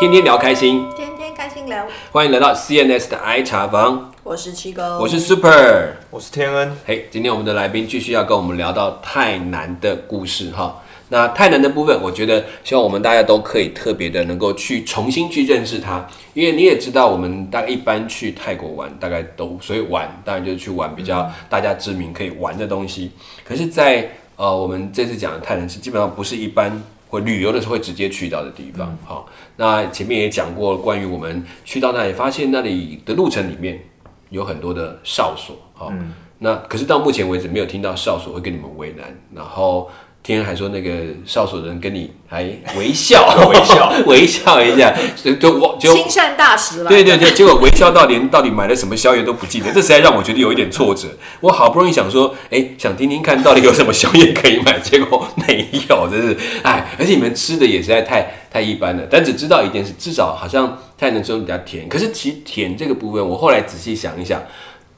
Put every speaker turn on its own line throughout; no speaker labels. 天天聊开心，
天天开心聊，
欢迎来到 CNS 的癌茶房，
我是七哥，
我是 Super。
我是天恩，
嘿，今天我们的来宾继续要跟我们聊到泰南的故事哈。那泰南的部分，我觉得希望我们大家都可以特别的能够去重新去认识它，因为你也知道，我们大概一般去泰国玩，大概都所以玩当然就是去玩比较大家知名可以玩的东西。可是在，呃我们这次讲的泰南是基本上不是一般会旅游的时候会直接去到的地方。好、那前面也讲过关于我们去到那里，发现那里的路程里面有很多的哨所，好、
嗯
那可是到目前为止没有听到哨所会跟你们为难，然后天恩还说那个哨所的人跟你还微笑
微笑
微笑一下，就就我就
亲善大使啦。
对对对，结果微笑到连到底买了什么宵夜都不记得，这实在让我觉得有一点挫折。我好不容易想说，哎，想听听看到底有什么宵夜可以买，结果没有，真是哎！而且你们吃的也实在太太一般了。但只知道一件事，至少好像泰南粥比较甜。可是其实甜这个部分，我后来仔细想一想，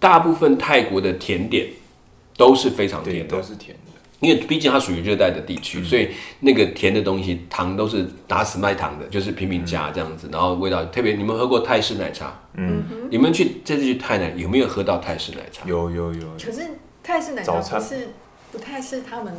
大部分泰国的甜点都是非常
对，
甜的
都，是甜的，
因为毕竟它属于热带的地区，所以那个甜的东西糖都是打死卖糖的，就是平平加这样子，然后味道特别。你们喝过泰式奶茶？嗯，你们去这次去泰南有没有喝到泰式奶茶？
有有有，
可是泰式奶茶
早餐
不是不太是他们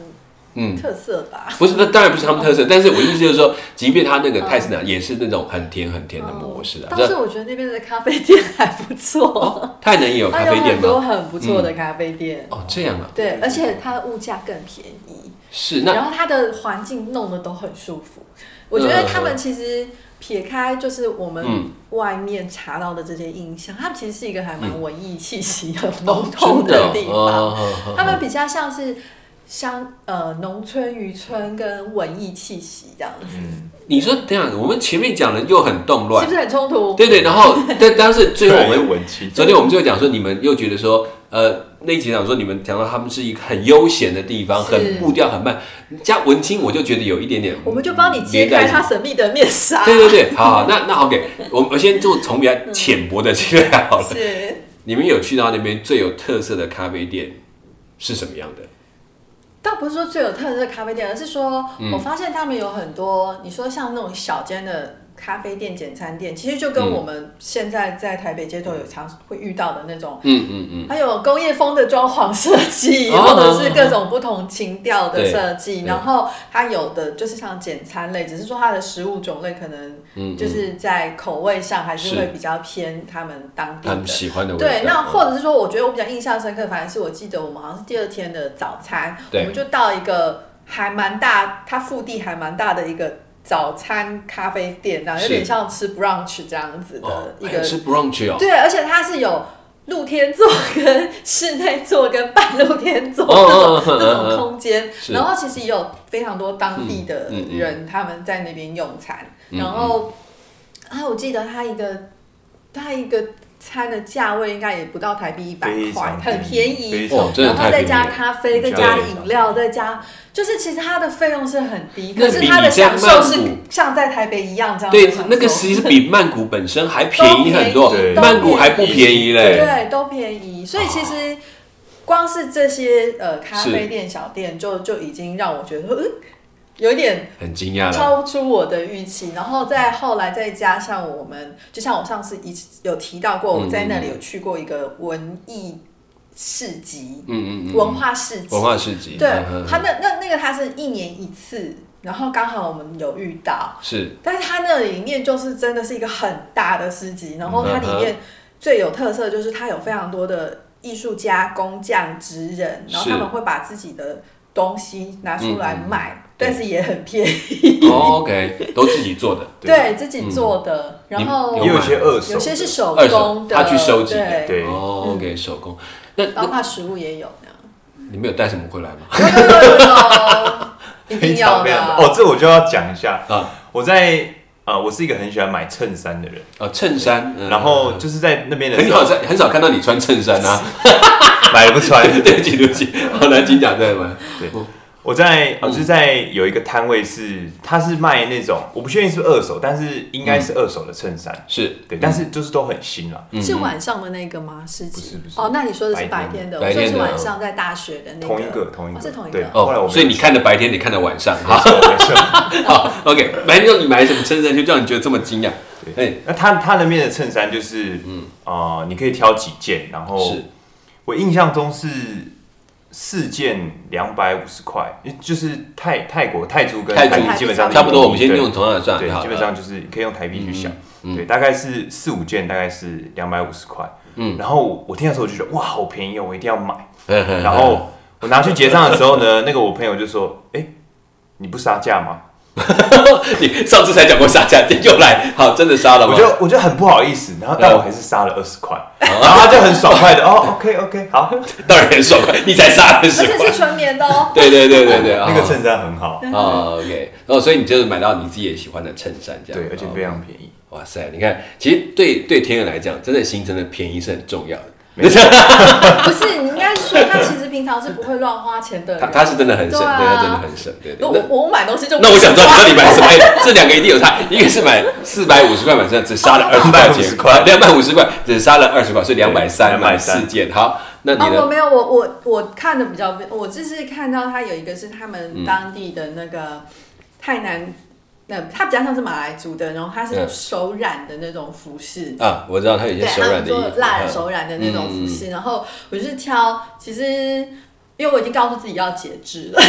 嗯
特色吧？
不是，那当然不是他们特色，但是我意思就是说，即便它那个泰式奶茶也是那种很甜很甜的模式啊。
但哦是
这
我觉得那边的咖啡店还不错，
泰南也有咖
它
啡
有
店
很多
吗？
很不错的咖啡店。
哦，这样啊，
对，而且它的物价更便宜，
是那
然后它的环境弄得都很舒服。我觉得他们其实撇开就是我
嗯
们外面查到的这些印象，他们其实是一个还蛮文艺气息很
嗯哦
浓厚
真的
的
哦
地方。
哦哦哦
他们比较像是乡呃农村渔村跟文艺气息这样子，
你说这样，我们前面讲的又很动
是
乱
不，是很冲突？
嗯对对，然后但但是最后我
对
们
文青，
昨天我们就讲说，你们又觉得说，呃，那一集讲说你们讲到他们是一个很悠闲的地方，
是
很步调很慢，加文青，我就觉得有一点点。
我们就帮你揭开它神秘的面纱。
对对对，好好，那那 OK，我我先做从比较浅薄的这个好了。
是
你们有去到那边最有特色的咖啡店是什么样的？
倒不是说最有特色的咖啡店，而是说、
嗯
我发现他们有很多，你说像那种小间的咖啡店、简餐店，其实就跟
嗯
我们现在在台北街头有常会遇到的那种，
嗯嗯嗯，
还有工业风的装潢设计，
哦
或者是各种不同情调的设
对
计，
对
然后它有的就是像简餐类，只是说它的食物种类可能就是在口味上还是
嗯是
会比较偏他们当地
他们
的。
喜欢的味道。
对，那或者是说，我觉得我比较印象深刻，反正是我记得我们好像是第二天的早餐，我
对
们就到一个还蛮大，它腹地还蛮大的一个早餐咖啡店，然后有
是
点像吃 brunch 这样子
哦
的，一
还
个
有吃 brunch 哦。
对，而且它是有露天座跟室内座跟半露天座
哦
那种
哦哦哦
那
哦
种空间，
是
然后其实也有非常多当地的
嗯嗯嗯
人他们在那边用餐，
嗯
然后啊，我记得它一个它一个餐的价位应该也不到台币一百
非
块，
常
很便
非
宜。
常
哦真的
然
太
后
便
再
宜
加
了
咖啡，再
加
加
饮
饮料，再加，就是其实它的费用是很低，
那
可是
比
它的
你在
享受
曼
是
谷
像在台北一样这样的
对
享受。，
那个其实比曼谷本身还便宜很多
都便宜，
曼谷还不便宜嘞。
对，都便宜。所以其实光是这些呃咖
是
啡店、小店就，就已经让我觉得说，嗯，有点
很惊讶了。
超出我的预期。然后再后来再加上我们，就像我上次一有提到过，
嗯
我在那里有去过一个文艺市集、
嗯嗯嗯，
文化市集
文，化市集。
对
嗯嗯嗯，
它那那那个它是一年一次，然后刚好我们有遇到，
是
但是它那里面就是真的是一个很大的市集，然后它里面最有特色就是它有非常多的艺术家、工匠、职人，然后
是
他们会把自己的东西拿出来卖，
对
但是也很便宜，
哦 OK，都自己做的。
对
对自己做的，然后
你
也有一些二手的，
有 些是手
二手
工，的，
他去收集的，
对，
对嗯
哦，OK，手工。那
包
那
括食物也有那样。
你们有带什么回来吗？
有有有有，一
非
定要
常非
的
常
啊。
哦，这我就要讲一下，
啊
我在啊，我是一个很喜欢买衬衫的人，
啊，衬衫，嗯
然后就是在那边 的
很
时
少
候
在很少看到你穿衬衫啊，
买了不穿，
对不起对不起，好，来请讲这个吧。嗯
对我在哦，就是在有一个摊位是，他是卖那种我不确定是不是二手，但是应该是二手的衬衫，
是嗯
对，但是就是都很新了。
是晚上的那个吗？市集？
不是不是
哦，那你说的是白天的，
白天的
我说是晚上在大学的那
同一个，同一个，
哦是同一
对
个。
后来
哦，
我们
所以你看的白天，你看的晚上，
没
哈，
错没错。
好，OK，白 天你买什么衬衫，就让你觉得这么惊讶，哎
对，那他他那边的衬衫就是，嗯啊，你可以挑几件，然后
是
我印象中是四件两百五十块，就是泰泰国泰铢跟
泰铢
币基本
嗯
上
差不多。我们先
对
用同样的算
对
就，好
基本
了。嗯
上就是可以用台币去想，对，大概是四五件，大概是两百五十块。嗯，然后我我听的时候我就觉得哇，好便宜哦，我一定要 买。
嗯
然后我拿去结账的时候呢，那个我朋友就说：“哎，你不杀价吗
你上次才讲过杀价，今天又来，好，哦真的杀？”了吗
我就？我就很不好意思，然后但
嗯
我还是杀了二十块，然后他就很爽快的哦，OK OK，好，
当然很爽快，你才杀了
而
十
且
块。
是，纯棉的哦
对对对对对，
那个衬衫很好，
啊，OK，然后所以你就是买到你自己也喜欢的衬衫，这样哦
对，而且非常便宜。
哇塞，你看，其实对对天人来讲，真的行程的便宜是很重要的。
不是，你应该说他其实平常是不会乱花钱的人。
他他是真的很省，
对啊
对他真的很省，对
那
对。
我
那
我买东西就不
那我想知道他你买什么？ 哎这两个一定有差，一个是买四百五十块买这只杀了二十
250块
两百五十块只杀了二十块，所以两百三买
230
四件。好，那你
哦，我
呢？
没有，我我我看的比较，我就是看到他有一个是他
嗯
们当地的那个泰南，那、他比较像是马来族的，然后他是
嗯
手染的那种服饰。
啊，我知道他有些
对，
手
他
软
们
的衣
做
服，
蜡
嗯
手染的那种服饰，然后我就是挑，其实因为我已经告诉自己要节制了，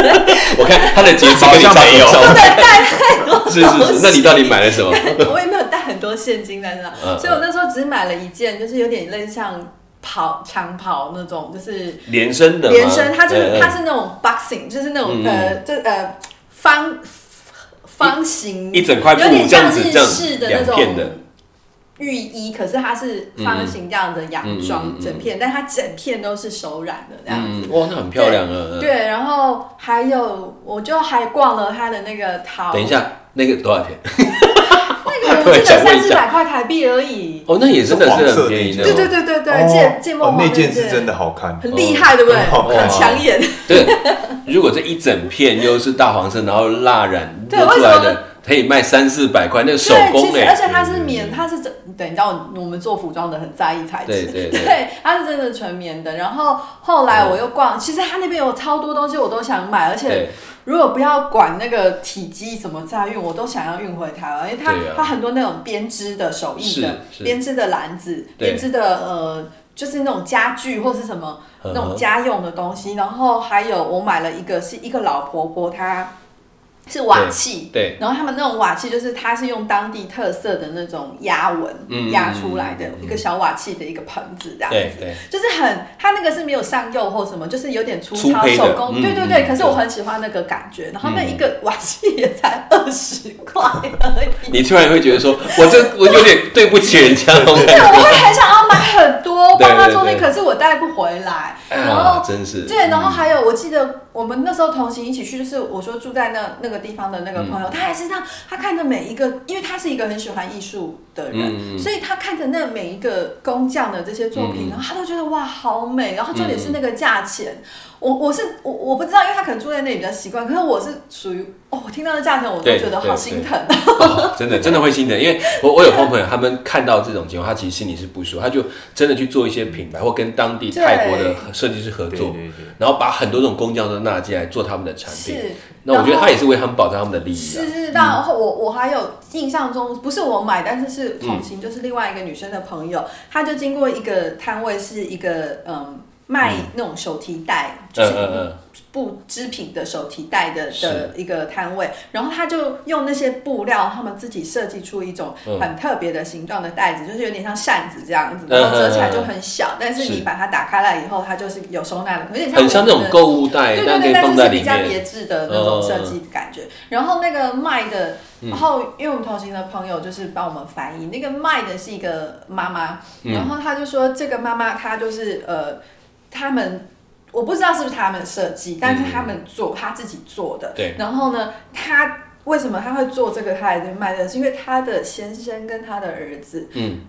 我看他的节制
好
跟你
像
差
没有
不多。
我
是是是，那你到底买了什么？
我也没有带很多现金在那，
嗯
所以我那时候只买了一件，就是有点类似像袍长袍那种，就是
连身的吗，
连身，它就是
嗯嗯
它是那种 boxing，就是那种
嗯
呃，就呃方方形
一整块布
有点
这样
像
子
日
这样
式的那
两
种
片的嗯
浴衣，可是它是方形这样的洋
嗯嗯嗯
装
嗯
整片，但它整片都是手染的这样子。
嗯，哇，那很漂亮啊。嗯
对，然后还有，我就还逛了它的那个淘，
等一，下，那个多少钱？
那个我
突然
记
想
得
问
三
一
四
下
百块台币而已。
哦，那也真的是很便宜的。
对对对对对，
哦
芥芥末
哦
黄
那
那
件是真的好看，
很厉害，对不对？
很好
很
看
抢眼。
对，如果这一整片又是大黄色，然后蜡染
对
做出来
为什
的，可以卖三四百块，那个手
对，
工
其实
哎、
而且它是棉，它是真，对，你知道我们做服装的很在意材质，
对对对
它是真的纯棉的。然后后来我又逛，其实它那边有超多东西我都想买，而且
对，
如果不要管那个体积怎么再运，我都想要运回台湾，因为它、
对啊
它很多那种编织的手艺的
是是
编织的篮子，
对
编织的呃。就是那种家具或是什么
嗯哼
那种家用的东西，然后还有我买了一个是一个老婆婆，她是瓦器，
对，
然后他们那种瓦器，就是它是用当地特色的那种压
嗯
纹压出来的、一个小瓦器的一个盆子，这样
对
子，
对，
就是很它那个是没有上釉或什么，就是有点粗
粗
糙
胚的
手工，
嗯
对对
嗯
对。
嗯
可是我很喜欢那个感觉，然后那一个瓦器也才二十块 而已。
你突然会觉得说，我 这我有点对不起人家哦啊那种
对，
感
我会很想要买很多帮
对
他
对
做那，
对
可是我带不回来。
觉，
然后
啊，真是，
对，然后还有，我记得我们那时候同行一起去，就是我说住在那那个地方的那个朋
嗯
友，他还是让他看着每一个，因为他是一个很喜欢艺术的人，
嗯
所以他看着那每一个工匠的这些作品，然后他都觉得哇好美，然后重点是那个价钱，
嗯
我我是我我不知道，因为他可能住在那里比较习惯，可是我是属于哦，我听到那价钱我都
对
觉得
对对
好心疼，
哦真的真的会心疼，因为我我有碰朋友，他们看到这种情况，他其实心里是不舒服，他就真的去做一些品牌或跟当地
对
泰国的设计师合
对
作
对，对。
然后把很多这种工匠都纳进来做他们的产品。
是。
那我觉得
然后
他也是为他们保障他们的利益啊
是。是，但后我我还有印象中，不是我买，但是是
嗯
同行，就是另外一个女生的朋友，她就经过一个摊位，是一个嗯卖那种手提袋，
嗯
就是
嗯嗯，
布织品的手提袋的
是
的一个摊位，然后她就用那些布料，他们自己设计出一种很特别的形状的袋子，就是有点像扇子这样子，
嗯
然后折起来
嗯嗯
就很小，但是
是
你把它打开来以后，它就是有收纳的，有点像
很像
我
那种
们的
购物袋，
对
但
对
可以
对，
放
但
在
是
里
比较
面。哦
别致的那种设计感觉。然后那个卖的，
嗯
然后因为我们同行的朋友就是帮我们翻译，那个卖的是一个妈妈，
嗯
然后他就说这个妈妈她就是呃，他们。我不知道是不是他们设计，但是他们做他自己做的。
对
然后呢，他为什么他会做这个，他来这卖的，是因为他的先生跟他的儿子
嗯，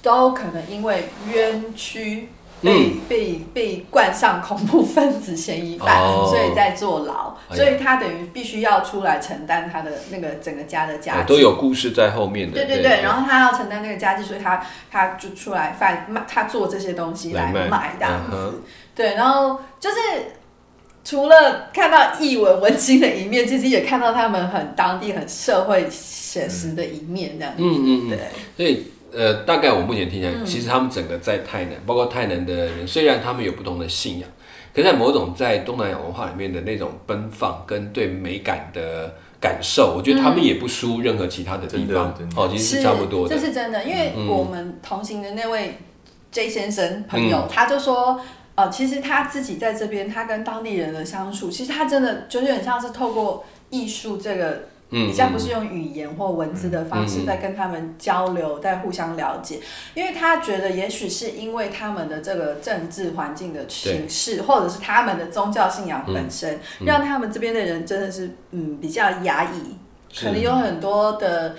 都可能因为冤屈被、被被冠上恐怖分子嫌疑犯，
哦
所以在坐牢，
哎呀
所以他等于必须要出来承担他的那个整个家的
哦
家计，
都有故事在后面的。
对对对，然后他要承担那个家计，所以他他就出来贩卖，他做这些东西来卖这样
嗯哼
对，然后就是除了看到艺文文青的一面，其实也看到他们很当地、很社会写实的一面这样子。
嗯嗯嗯，
对，嗯
所以呃，大概我目前听起来，其实他们整个在泰南，包括泰南的人，虽然他们有不同的信仰，可是在某种在东南亚文化里面的那种奔放跟对美感的感受，我觉得他们也不输任何其他的地
真的
方
真。的
哦，其实是差不多的
嗯
嗯
这。是真的，因为我们同行的那位 J 先生朋
嗯
友，他就说。呃，其实他自己在这边，他跟当地人的相处，其实他真的就是很像是透过艺术这个，
嗯
比较不是用语言或文字的方式在跟他们交流，在互相了解。因为他觉得，也许是因为他们的这个政治环境的形势，或者是他们的宗教信仰本
嗯
身，让他们这边的人真的是嗯比较压抑，
是
可能有很多的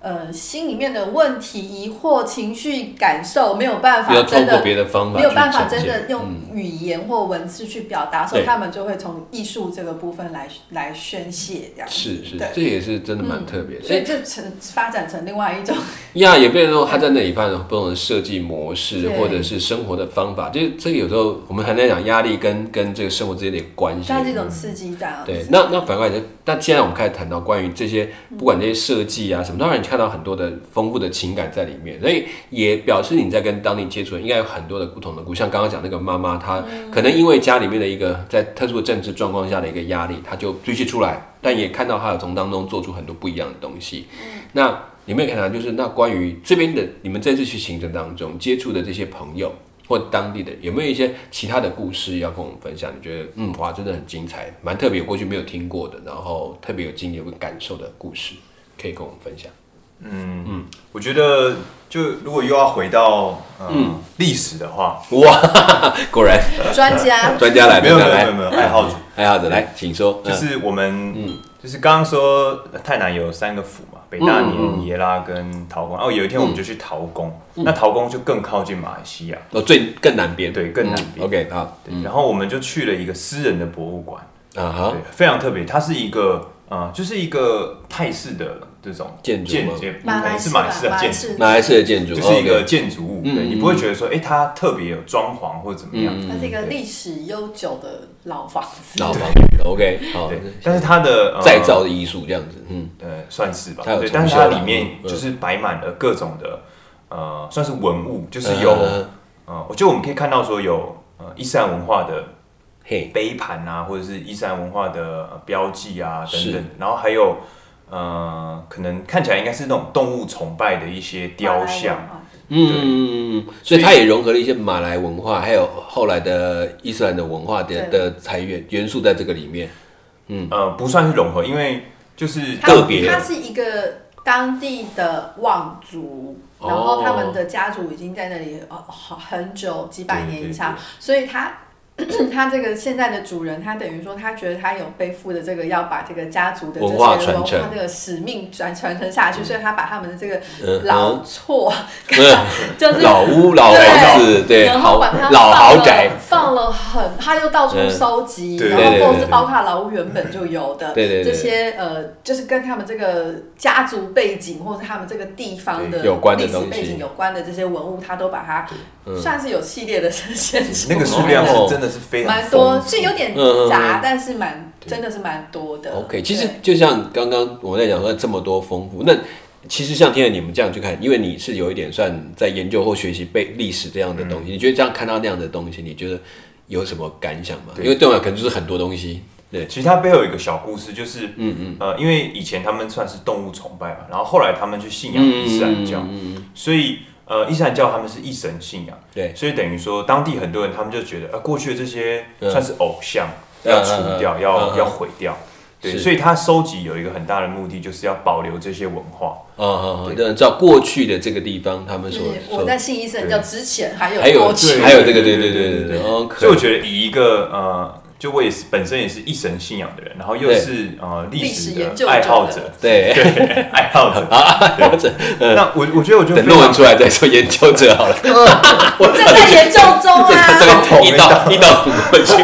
呃心里面的问题、疑惑、情绪、感受没有办
不
法
要透
真
过
的。
别的方法
没
去
有办法
呈
真
现。
的用语言或文字去表达，所以
对
他们就会从艺术这个部分来来宣泄，这样子
是是
对，，嗯
这也是真的蛮特别的。
所以就成发展成另外一种
呀，也变成说他在那里发展不同的设计模式，
对
或者是生活的方法，就是这个有时候我们还在讲压力跟跟这个生活之间的一个关系。
像这种刺激啊这样子。
嗯对，那那反过来就，但现在我们开始谈到关于这些，不管这些设计啊什么，当然你看到很多的丰富的情感在里面，所以也表示你在跟当地接触，应该有很多的不同的故事。像刚刚讲那个妈妈，她可能因为家里面的一个在特殊的政治状况下的一个压力，她就必须出来，但也看到她有从当中做出很多不一样的东西。那你们也看到，就是那关于这边的你们这次去行程当中接触的这些朋友。或当地的有没有一些其他的故事要跟我们分享？你觉得嗯哇，真的很精彩，蛮特别，过去没有听过的，然后特别有经验、有感受的故事，可以跟我们分享。
我觉得就如果又要回到嗯历史的话，
果然
专 家
专家来
没有
了，
没
来
有没有没有爱好者，
爱好者来，请说。
就
嗯
是我们就是刚刚说呃泰南有三个府嘛，北大
嗯
年、耶拉跟陶公。哦，有一天我们就去陶公，那陶公就更靠近马来西亚，
哦，最更南边，
对，更南
嗯
边。
OK，好，
对，然后我们就去了一个私人的博物馆，
啊
对
哈，，
非常特别，它是一个呃，就是一个泰式的这种
建筑
建
吗
建嗯
马来
是
西
马
亚
来西亚
马
建
来
筑
西。亚
马来西亚建筑
就是一个
OK
建筑物，
嗯
对你不会觉得说，哎、它特别有装潢或者怎么样，
嗯它是一个历史悠久的老房子。
老房，OK，好哦
对，，但是它的、呃
嗯再造的艺术这样子，嗯，
呃，算是吧。
它有
对，
重
但是
修
它
啦
里面
嗯
就是摆满了各种的，呃，算是文物，就是有，
嗯
呃，我觉得我们可以看到说有呃伊斯兰文化的
嘿，
杯盘啊，或者是伊斯兰文化的呃标记啊
是
等等，然后还有呃，可能看起来应该是那种动物崇拜的一些雕像，
嗯，所以它也融合了一些马来文化，还有后来的伊斯兰的文化的
对
的财源元素在这个里面。
呃，不算是融合，因为就是
它
个别
它是一个当地的望族，
哦
然后他们的家族已经在那里呃好很久几百年以上，
对
所以他。 他这个现在的主人，他等于说，他觉得他有背负的这个要把这个家族的这些
文
文
化
化
传承
这个使命传传承下去，所以他把他们的这
嗯
个 老厝，
嗯
就是
老屋、老房子，对，
然后
豪
把它
老
放
豪
了
宅，
放了很，他又到处收集，
嗯
然
对对对
后或
对
者是
对
包括老屋原本就有的，
对对对
这些呃，就是跟他们这个家族背景或者他们这个地方的
对有关的
历史
东西嗯
背景有关的这些文物，他都把它算是有系列的呈现出来
那个数量是真的是非常
蛮多，
丰富
是有点
嗯嗯嗯
杂，但是蛮真的是蛮多的。
OK，其实
对
就像刚刚我在讲说这么多丰富，那其实像听了你们这样去看，因为你是有一点算在研究或学习背历史这样的东西，你觉得这样看到那样的东西，你觉得有什么感想吗？
对
因为对我来讲可能就是很多东西，对，
其实它背后有一个小故事，就是，嗯嗯，呃，因为以前他们算是动物崇拜嘛，然后后来他们去信仰伊斯兰
嗯
教，所以呃，伊斯兰教他们是一神信仰，
对，
所以等于说当地很多人他们就觉得，呃，过去的这些算是偶像，
嗯
要除掉，
嗯嗯
要、
嗯嗯
要毁掉，对，
是
所以他收集有一个很大的目的，就是要保留这些文化，
啊啊啊，那照过去的这个地方，他们
就
所
是我
所
在信医生教之前还有
还有
过去
还有这个对对对对对对，哦
所以我
得
觉得以一个呃就我也是本身也是一神信仰的人，然后又
对
是呃历
历史
史
研究
的爱好
者
者，
对
对，爱好 者。
啊，或者
那我我觉得我就
等
非
论文
常
出来再说研究者好了。
正在研究中
他 这
啊。
个捅一 刀一刀捅过去。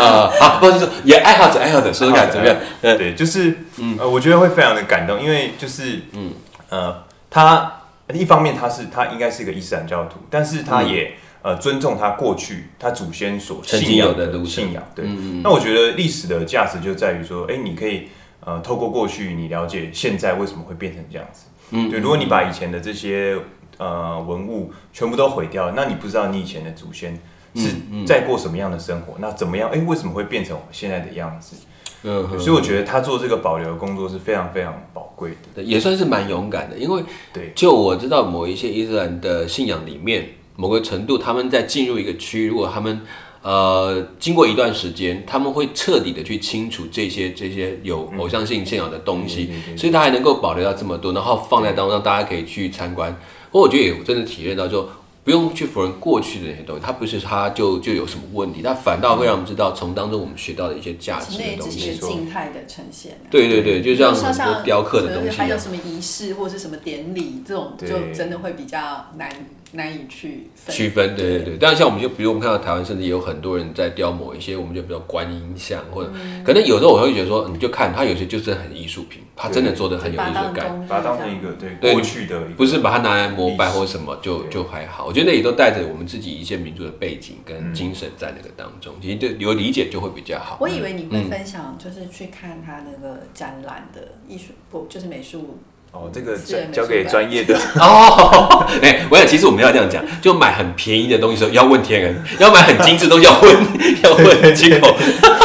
啊，好，不是说也爱好者爱好者，说说看怎么样？嗯，
对，就是呃，我觉得会非常的感动，因为就是嗯呃，他一方面他是他应该是一个伊斯兰教徒，但是
嗯
他也、呃尊重他过去他祖先所
曾经
信
有
仰
的路
信仰。对，
嗯
那我觉得历史的价值就在于说，哎、你可以呃透过过去你了解现在为什么会变成这样子。嗯，对，如果你把以前的这些呃文物全部都毁掉，那你不知道你以前的祖先。是
嗯
在过什么样的生活？那怎么样？哎、为什么会变成我们现在的样子？
嗯
对所以我觉得他做这个保留的工作是非常非常宝贵的。
对也算是蛮勇敢的，因为
对
就我知道某一些伊斯兰的信仰里面，某个程度他们在进入一个区，如果他们呃经过一段时间，他们会彻底的去清除这些这些有偶像性信仰的东西，所以他还能够保留到这么多，然后放在当中，大家可以去参观。不过我觉得也真的体验到就。不用去否认过去的那些东西，它不是它就就有什么问题，它反倒会让我们知道从当中我们学到的一些价值
其实
的
那
东
只
西
是。静态的呈现、啊，
对对对，就像
像
很多
像
雕刻的东
就是
西啊
啊还
一
有
样。
什么仪式或是什么典礼这种，
对
就真的会比较难难以去分
区分，对对对。但是像我们就比如我们看到台湾，甚至也有很多人在雕某一些，我们就比较观音像，或者、
嗯
可能有时候我会觉得说，嗯你就看它有些就是很艺术品，它真的做的很有
把它
艺术
嗯当
感，
工具
把它当
这
成
样
一个对
对
过去的一个
不是把它拿来膜拜或什么，就
对
就还好。我觉得那也都带着我们自己一些民族的背景跟精神在那个当中，其实就有理解就会比较好。
我以为你会分享，就是去看他那个展览的艺术，不就是美术？
哦，这个
私人
交
美术
交给
馆
专业的。
哦，哎、我想其实我们要这样讲，就买很便宜的东西的时候要问 天人，要买很精致的东西要问要问金口，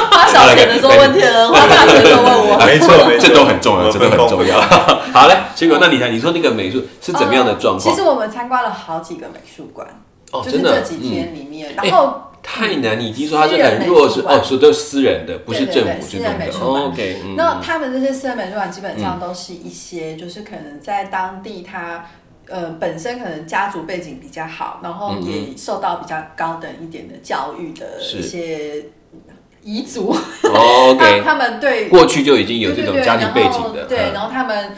花小钱的时候问天人，花大钱的时候问我。
没错没错
这都很重要，
我
这
分
都很
工
重要。好嘞，结果那你看，你说那个美术 是怎么样的状
嗯其实
况？
我们参观了好几个美术馆，
哦，
就是
真
这
的，
几
嗯，
天里面，然后
太难，你已经说它是
私人
很弱势
美术馆
哦，说都是私人的，不是
对对
政
对
府
私
这
人
种
美
的。
术馆
OK，嗯，
那他们这些私人美术馆基本上都是一些，就是可能在当地他。呃，本身可能家族背景比较好，然后也受到比较高等一点的教育的
嗯是
一些彝族，
OK，
他他们对
过去就已经有这
对对
种
对，
家
然
庭
后
背景的，
对，
嗯
然后他们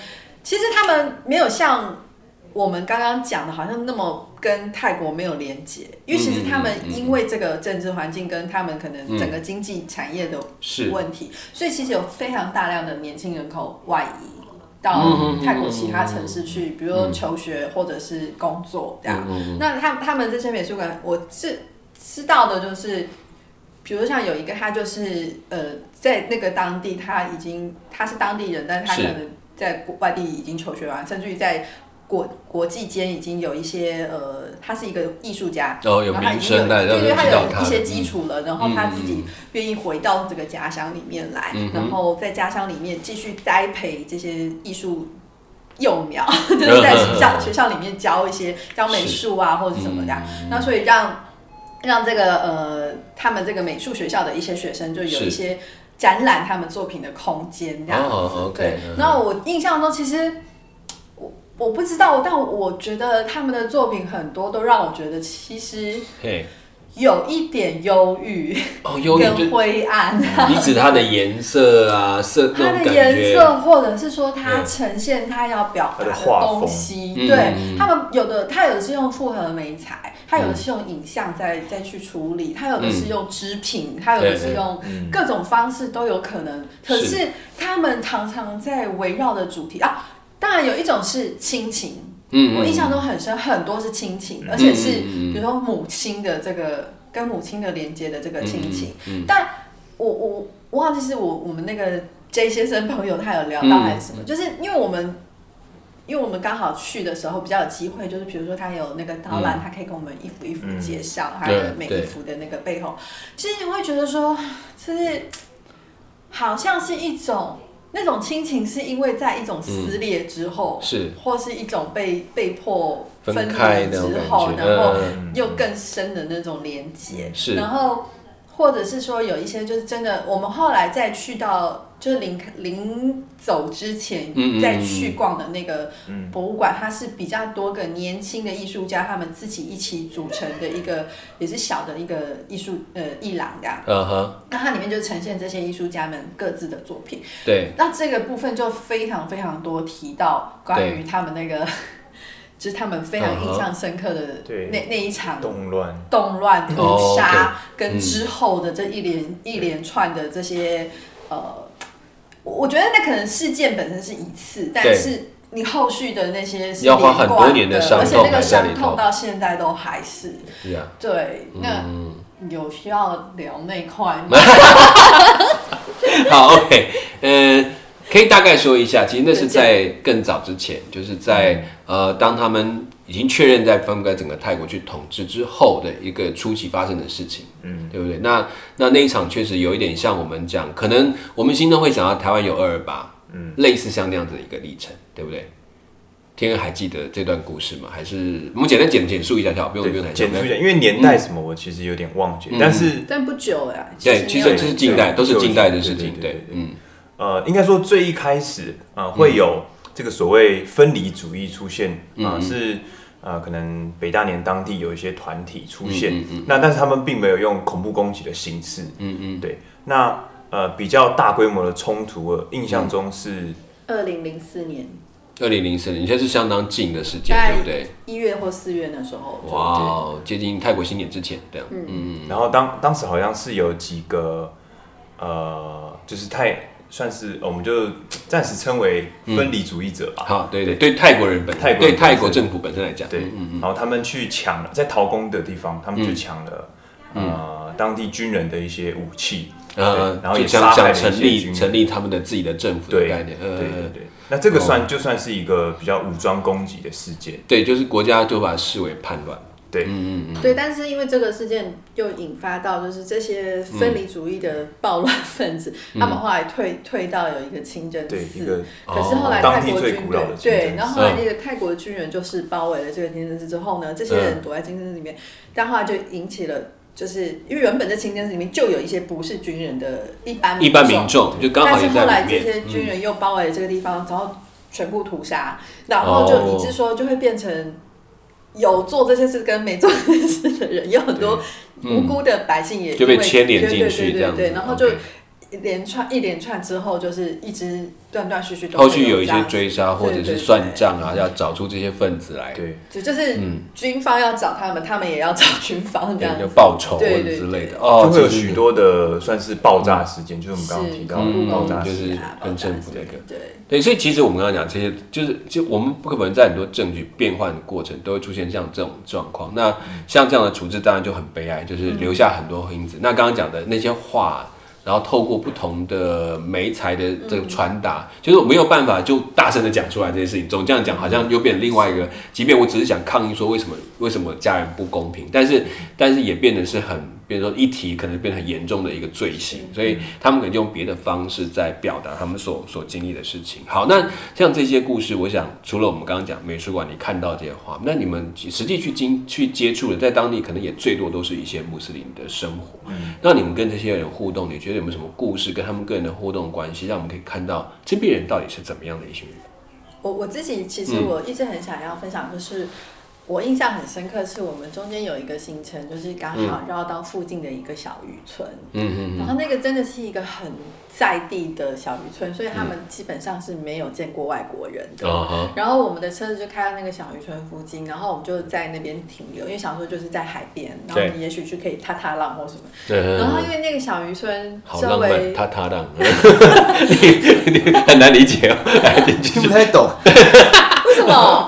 其实他们没有像我们刚刚讲的，好像那么跟泰国没有连结，因为其实他
嗯
们因为这个政治环境跟他们可能整个经济产业的
是
问题，所以其实有非常大量的年轻人口外移。
嗯
到泰国其他城市去，比如说求学或者是工作这
嗯
样。那他他们这些美术馆，我是知道的就是，比如像有一个他就是呃，在那个当地他已经他是当地人，但是他
是
可能在国外地已经求学完，甚至于在国国际间已经有一些呃，他是一个艺术家，
然哦后有
然后他已
名
经有
声在，
对
让
对，
人
他
知道
有
他
一
的嗯
些基础了，然后他自己愿意回到这个家乡里面来，
嗯
然后在家乡里面继续栽培这些艺术 幼苗，就是在学校学校里面教一些教美术啊或者是什么的啊，
嗯
那所以让让这个呃他们这个美术学校的一些学生就有
是
一些展览他们作品的空间这样子，
哦，OK，
对
嗯。
然后我印象中其实。我我不知道，但我觉得他们的作品很多都让我觉得，其实
嘿，
有一点忧郁
哦，有点就嗯
跟灰暗，
你指它的颜色啊，色那
它
种
的
感
颜
觉，
色或者是说它
嗯
呈现它要表达
它的画风
东西，
嗯
对
嗯嗯
他们有的它有的是用复合媒材，它
嗯
有的是用影像再再去处理，它有的是用织品，它有的是用各种方式都有可能。可
嗯是
是他们常常在围绕的主题啊，当然有一种是亲情。
嗯
我印象中很深，很多是亲情，而且是比如说母亲的这个跟母亲的连接的这个亲情。
嗯
但我我我忘记是我我们那个 J 先生朋友他有聊到
嗯
还是什么，就是因为我们。因为我们刚好去的时候比较有机会，就是比如说他有那个导览，他可以跟我们一幅一幅介绍他的
嗯对
每
对
一幅的那个背后。其实你会觉得说，就是好像是一种那种亲情，是因为在一种
嗯
撕裂之后，
是
或是一种被被迫
分
分
开
离
那种
之
感
后，
觉
然后
嗯
又更深的那种连接。
是
然后或者是说有一些就是真的，我们后来再去到就是临临走之前
嗯嗯嗯
再去逛的那个博物馆，它是比较多个年轻的艺术家他们自己一起组成的一个，也是小的一个艺术呃艺廊这样。
嗯哼，
那它里面就呈现这些艺术家们各自的作品。
对，
那这个部分就非常非常多提到关于他们那个， 就是他们非常印象深刻的
嗯
对
那那一场
动乱，
动乱、
哦
屠
嗯
杀，跟之后的这一连一连串的这些呃，我我觉得那可能事件本身是一次，但
对
是你后续的那些是
要花很
连贯
多年的伤
而且
痛
那个
还在里
伤痛
头
到现在都还是
是啊，
对。那
嗯，
有需要聊那块 吗？
好，OK，呃，可以大概说一下，其实那是在更早之前，就是在呃，当他们已经确认在分割整个泰国去统治之后的一个初期发生的事情，嗯，对不对？那那那一场确实有一点像我们讲，可能我们心中会想到台湾有二二八，嗯，类似像那样子的一个历程，对不对？天恩还记得这段故事吗？还是我们简单简简述一下就好，不用不用太
对，
详
简
细
述一下，因为年代什么我其实有点忘记，但是
但不久哎、
对，其
其
实
实
这是近代，
对
都是近代的事
对
情，
对
对
对对，
嗯。
呃，应该说最一开始，呃，会有这个所谓分离主义出现，啊、是呃，可能北大年当地有一些团体出现，那但是他们并没有用恐怖攻击的形式，嗯嗯，对，那呃比较大规模的冲突，我印象中是、
二零零四年
二零零四年，现在是相当近的时间，
大
对不
概
对？
一月或四月的时候，
哇哦，接近泰国新年之前这样。嗯，
然后当当时好像是有几个呃，就是太算是呃我们就暂时称为分离主义者吧，
好，对对对，泰国人本
泰国
对
人
泰国政府本身来讲，
对，然后他们去抢了，在陶工的地方，他们就抢了、
嗯
呃当地军人的一些武器，
呃，
对然后
就
也
想
杀害
想
了
成
一些
立
军
成
人。
立他们的自己的政府的
对
概念，
对对
呃，
对，那这个算、就算是一个比较武装攻击的事件，
对，就是国家就把它视为叛乱。
对，
对，但是因为这个事件又引发到，就是这些分离主义的暴乱分子，他们后来退退到有一个清真
嗯对一
寺
个，
可是后来
哦当
泰
地
国
最
军
古
队
老的清真
对
寺，
然后后来那个泰国军人就是包围了这个清真寺之后呢，这些人躲在清真寺里面，但后来就引起了，就是因为原本在清真寺里面就有一些不是军人的一般
一般民众就刚好
哎但
也
是
在
后来
里
这
面，
些军人又包围了这个地方，然后全部屠杀，然后就以致说就会变成有做这些事跟没做这些事的人，有很多
嗯
无辜的百姓也
就被
因为
牵连进去
对对对对
这样子嗯
对，然后就
OK
一连串一连串之后，就是一直断断续续都会
后续有一
这样
些
子
追杀或者
对
是
对对
算账啊，要找出这些分子来，
对，
对，就是
嗯
军方要找他们，他们也要找军方这样
对，就
子。
报仇或
对
者
对
之类的。
对
哦，
就会有
这是
许多的算是爆炸事件，就是我们刚刚提到
嗯
的爆
嗯
炸
就
事
是
件，
跟政府那个
啊对，
对，所以其实我们刚刚讲这些，就是就我们不可能在很多证据变换的过程都会出现像这种状况。那像这样的处置当然就很悲哀，就是留下很多因子。那刚刚讲的那些话，然后透过不同的媒材的这个传达，就是我没有办法就大声的讲出来这些事情。总这样讲好像又变成另外一个，即便我只是想抗议说为什么为什么家人不公平，但是但是也变得是很，比如说一提可能变得很严重的一个罪行，所以他们可能用别的方式在表达他们所所经历的事情。好，那像这些故事，我想除了我们刚刚讲美术馆你看到这些画，那你们实际去经去接触的，在当地可能也最多都是一些穆斯林的生活。那你们跟这些人互动，你觉得有没有什么故事跟他们个人的互动关系，让我们可以看到这边人到底是怎么样的一群人？
我我自己其实
嗯
我一直很想要分享，就是、我印象很深刻，是我们中间有一个行程，就是刚好绕到附近的一个小渔村，
嗯嗯嗯
然后那个真的是一个很在地的小渔村，所以
嗯
他们基本上是没有见过外国人的。
啊哈，
然后我们的车子就开到那个小渔村附近，然后我们就在那边停留，因为想说就是在海边，然后
对
你也许去可以踏踏浪或什么。
对
然后因为那个小渔村
啊好
周
浪漫，
围
他他浪， 你你很难理解哦。
听不太懂，
为什么？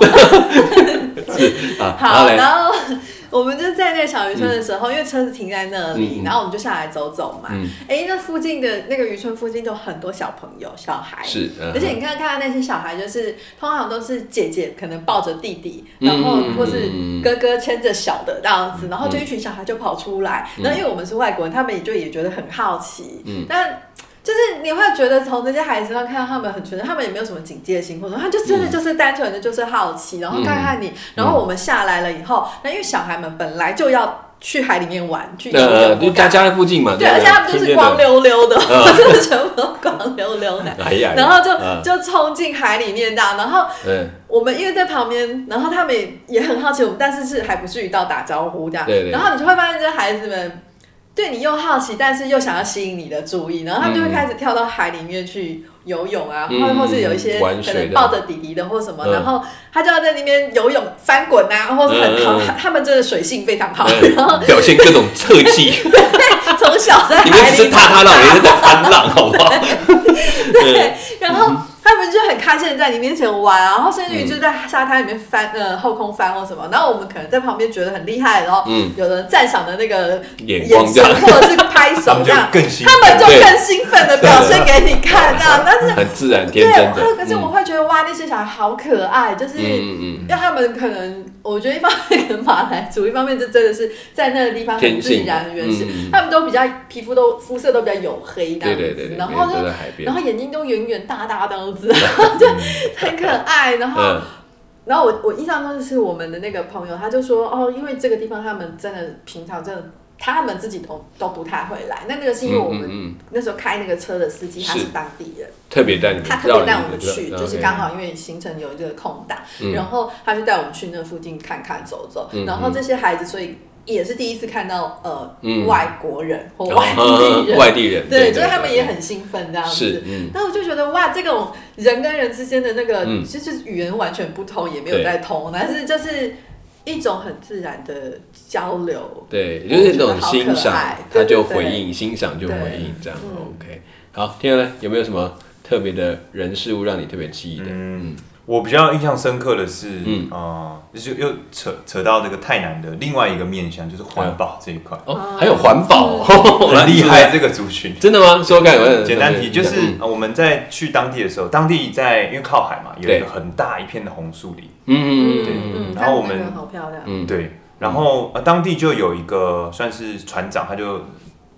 啊
好，
嘞，
然后嗯我们就在那小渔村的时候，因为车子停在那里，然后我们就下来走走嘛。哎、那附近的那个渔村附近就很多小朋友、小孩，
是嗯
而且你看看到那些小孩，就是通常都是姐姐可能抱着弟弟，然
嗯
后或是哥哥牵着小的这样子，然后就一群小孩就跑出来。那、
嗯
因为我们是外国人，他们也就也觉得很好奇，但。就是你会觉得从这些孩子上看到他们很纯真，他们也没有什么警戒心，或者说他就真的就是单
嗯
纯的就是好奇，然后看看你，然后我们下来了以后，那因为小孩们本来就要。去海里面玩，去游
呃，
泳
就
不
家
敢。
家附近嘛，
对，
不
而且他们就是光，溜溜的，
嗯
真的全部都光溜溜的。
哎呀，
然后
嗯
就就冲进海里面这样，然后
嗯，
我们因为在旁边，然后他们也也很好奇我们，但是是还不至于到打招呼这样。
对对
然后你就会发现这些孩子们对你又好奇，但是又想要吸引你的注意，然后他们就会
嗯
开始跳到海里面去游泳啊，
嗯
或或是有一些
玩水
可
的
能抱着弟弟的或什么，
嗯
然后他就要在那边游泳翻滚啊，或是很好，
嗯嗯嗯
他们真的水性非常好，
嗯
然后
表现各种特 技，
从小在海
你
里
们只是踏踏浪，
长大
你们在翻浪，好不好？
对， 然后他们就很开心的在你面前玩啊，然后甚至于就在沙滩里面翻、呃后空翻或什么，然后我们可能在旁边觉得很厉害，然后
嗯
有人赞赏的那个
眼光
眼
这
神
样
或者是拍
他
手
们
这
就
样，
更兴
他们就
对
更兴奋的表现给你看这样，但是。
嗯很自然天
对，
真
我可
的，
是我会觉得哇，那些小孩好可爱，就是
嗯嗯
让他们可能，我觉得一方面可能马来族，一方面就真的是在那个地方
天
很自
性
然原始，
嗯嗯
他们都比较皮肤都肤色都比较黝黑这
对
样子，
对对对，
然后就
都在海边
然，后眼睛都圆圆大大的样 子，然后就很可爱。然后，
嗯
然后我我印象中是我们的那个朋友，他就说哦，因为这个地方他们真的平常真的他们自己都都不太会来。那那个是因为我
嗯嗯
们那时候开那个车的司机
是
他是当地人，
特别带你们，
他特
绕
别
你
带我们
知道
去，
嗯
就是
，OK
刚好因为行程有这个空档，
嗯
然后他就带我们去那附近看看走走。
嗯
然后这些孩子所以也是第一次看到呃、
嗯
外国人或
哦
外地人，
外地人，对，
对，就是他们
对
也很兴奋这样子。
是，嗯，
那我就觉得哇，这种人跟人之间的那个，
嗯
其实语言完全不通，也没有在通，但是就是一种很自然的交流。
对，
我
就是那
觉得
种
好
欣
可
赏
爱，
他
对
就
对
回
对
应，欣赏就回
对
应，这样
嗯
OK。好，天佑呢，有没有什么特别的人事物让你特别记忆的？
嗯，我比较印象深刻的是，
嗯
嗯啊，就又扯扯到这个泰南的另外一个面向，就是环保这一块，
呃
哦，还有环保哦，
嗯
很厉害，这个族群。
真的嗯吗？说看，我
简单提就是呃我们在去当地的时候，当地在因为靠海嘛，有一
对
个很大一片的红树林，
嗯嗯嗯
对
嗯，
然后我们
他那个好漂亮，
嗯，
对，然后呃当地就有一个算是船长，他就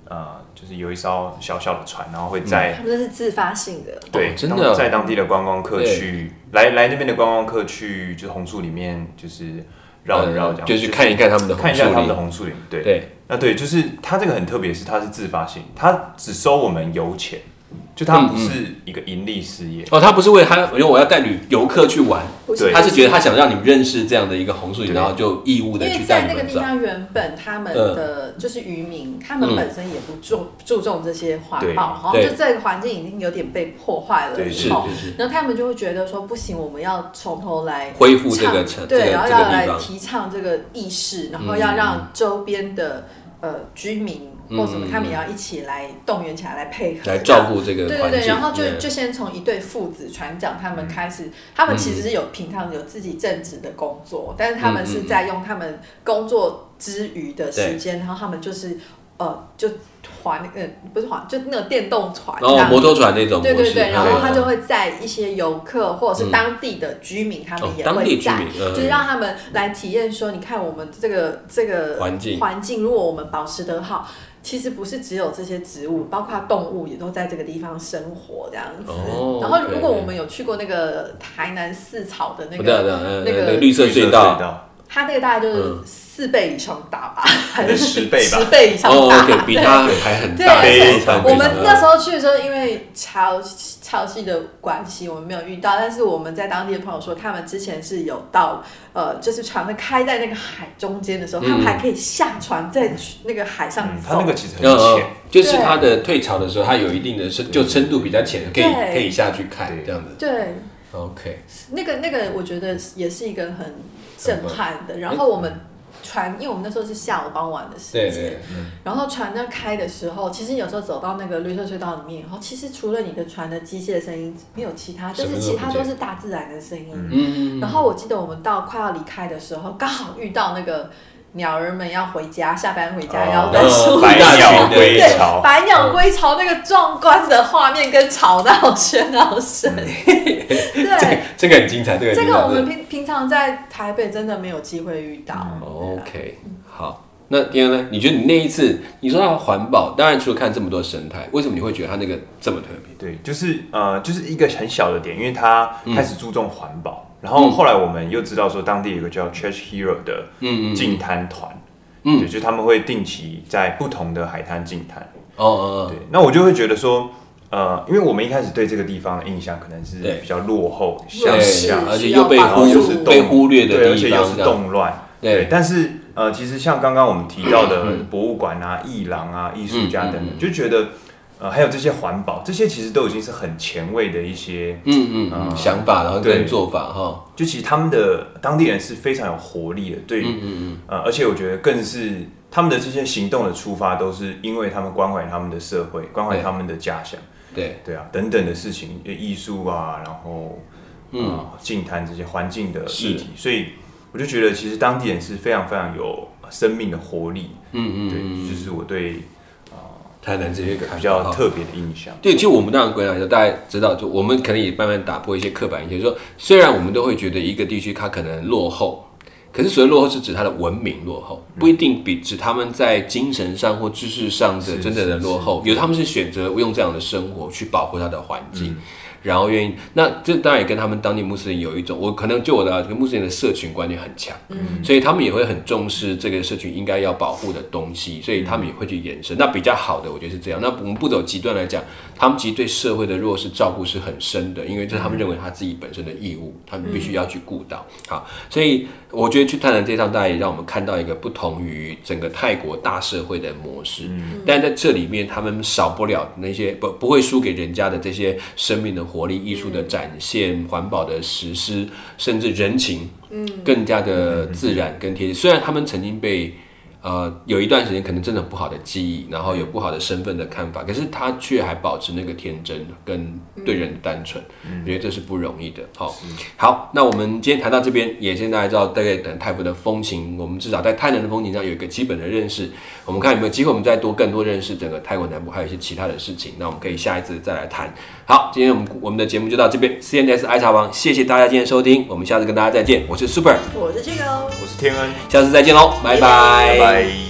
呃就是有一艘小小的船，然后会在
他们这是自发性的，
对，
真的
当
嗯哦
在当地的观光客去来来那边的观光客去，就是红树里面就是绕
呃
一绕这样，
就去看一看他们的
看
红
一下他
树
们的
林，
红树林。对，
对，
那对，就是它这个很特别，是它是自发性，它只收我们油钱，
嗯
就它不是一个盈利事业。
哦，他不是为他，因为我要带旅游客去玩，
不
对
他是觉得他想让你们认识这样的一个红树林，
对
然后就义务的嗯
因
去
为
带你
在那个
们
地
走。
方原本他们的就是渔民，他们本身也不注注重这些环
对
保，然后
嗯对
就这个环境已经有点被破坏了
对
是
以后，
是是，
然后他们就会觉得说不行，我们要从头来
恢复这个城，
倡
这个
对，
这
然后
个
要来
地方，
提倡这个意识，然后
嗯
要让周边的呃居民或什么
嗯，
他们也要一起来动员起来，来配合
来照。顾这个
对对
环
对，
境。
然后就
嗯
就先从一对父子船长他们开始，他们其
嗯
实是有平常有自己正职的工作，但是他们
嗯
是在用他们工作之余的时间，然后他们就是呃就划那个不是划，就那个电动船这
然后
样
摩托船那种模
对
式，
对对，然后他
嗯
就会在一些游客或者是当地的居民，他
哦
们也
当地
会
居
在
民，，嗯
就是让他们来体验说，你看我们这个这个
环境
环境，如果我们保持得好，其实不是只有这些植物，包括动物也都在这个地方生活这样子
哦。
然后
OK，
如果我们有去过那个台南四草的那
不对啊
个，
对啊嗯
那个
那个绿色隧道，
它那个大概就是
嗯
四倍以上大 吧，还
是十倍吧
十倍以上
哦
大。
，OK，比它还很
对
大，
非
常
常
我们
非常
那时候去的时候，因为潮潮汐的关系，我们没有遇到。但是我们在当地的朋友说，他们之前是有到呃，就是船的开在那个海中间的时候，他们还可以下船在那个海上
嗯，它
走。
那个其实很
嗯嗯
浅，
就是它的退潮的时候，它有一定的深，就深度比较浅，可以
对
可以下去看
对
这样子。
对，
OK，
那个那个，我觉得也是一个很震撼的。然后我们船，因为我们那时候是下午傍晚的时
对
间，
对对，
然后船在开的时候，其实有时候走到那个绿色隧道里面以后，其实除了你的船的机械声音，没有其他，就
什么
是
都
其他
不见
都是大自然的声音。
嗯，
然后我记得我们到快要离开的时候，刚好遇到那个鸟儿们要回家，下班回家要在
哦
树
嗯白
大
鸟
群的
归
对
巢，
百鸟归巢那个壮观的画面跟吵闹喧闹声，对。
这个很精彩，这个很
这
精
个
彩
我们平平常在台北真的没有机会遇到。
嗯
对啊
OK，好。那第二呢？你觉得你那一次，你说它环保，当然除了看这么多生态，为什么你会觉得它那个这么特别？
对，就是呃，就是一个很小的点，因为它开始注重环
嗯
保，然后后来我们又知道说当地有一个叫 Church Hero 的
嗯嗯嗯
净滩团，嗯，对，就是他们会定期在不同的海滩进滩。
哦哦
对，那我就会觉得说，呃，因为我们一开始对这个地方的印象可能是
对
比较落后、
哦，
乡
是
下，
而且又被
然后
忽
又啊是
动
被忽略的
对，而
地
且又
方，
是
这样
动乱。
对，嗯
但是呃，其实像刚刚我们提到的博物馆啊、艺廊啊、艺术家等等，就觉得呃，还有这些环保，这些其实都已经是很前卫的一些，
嗯嗯嗯，想法然后跟
对
做法哈，
就其实他们的当地人是非常有活力的，对，嗯嗯呃，而且我觉得更是他们的这些行动的出发，都是因为他们关怀他们的社会，关怀
对
他们的家乡，
对，
对啊，等等的事情，呃艺术啊，然后嗯，净、滩这些环境的
是
议题，所以我就觉得其实当地人是非常非常有呃生命的活力，
嗯嗯
对，就是我对
台南这些
比
比
较特别的印象。
对，就我们当然归纳就大家知道，就我们可能也慢慢打破一些刻板印象，说虽然我们都会觉得一个地区它可能落后，可是所谓落后是指它的文明落后，不一定比指他们在精神上或知识上的
是
真正的
是
落后，有他们是选择用这样的生活去保护它的环境。然后愿意，那这当然也跟他们当地穆斯林有一种，我可能就我的这个穆斯林的社群观念很强，嗯，所以他们也会很重视这个社群应该要保护的东西，所以他们也会去延伸。那比较好的，我觉得是这样。那我们不走极端来讲，他们其实对社会的弱势照顾是很深的，因为这是他们认为他自己本身的义务，他们必须要去顾到。好，所以我觉得去探南街上，大家也让我们看到一个不同于整个泰国大社会的模式。但在这里面，他们少不了那些不不会输给人家的这些生命的活力、艺术的展现、环保的实施，甚至人情，嗯，更加的自然跟贴近。虽然他们曾经被呃，有一段时间可能真的不好的记忆，然后有不好的身份的看法，可是他却还保持那个天真跟对人的单纯，我觉得这是不容易的。好、好，那我们今天谈到这边，也先大家知道大概等泰国的风情，我们至少在泰南的风情上有一个基本的认识。我们看有没有机会，我们再多更多认识整个泰国南部，还有一些其他的事情，那我们可以下一次再来谈。好，今天我们我们的节目就到这边，CNS 爱茶王，谢谢大家今天收听，我们下次跟大家再见，我是 Super，
我是这个哦。
我是天恩，
下次再见喽，拜拜
拜拜。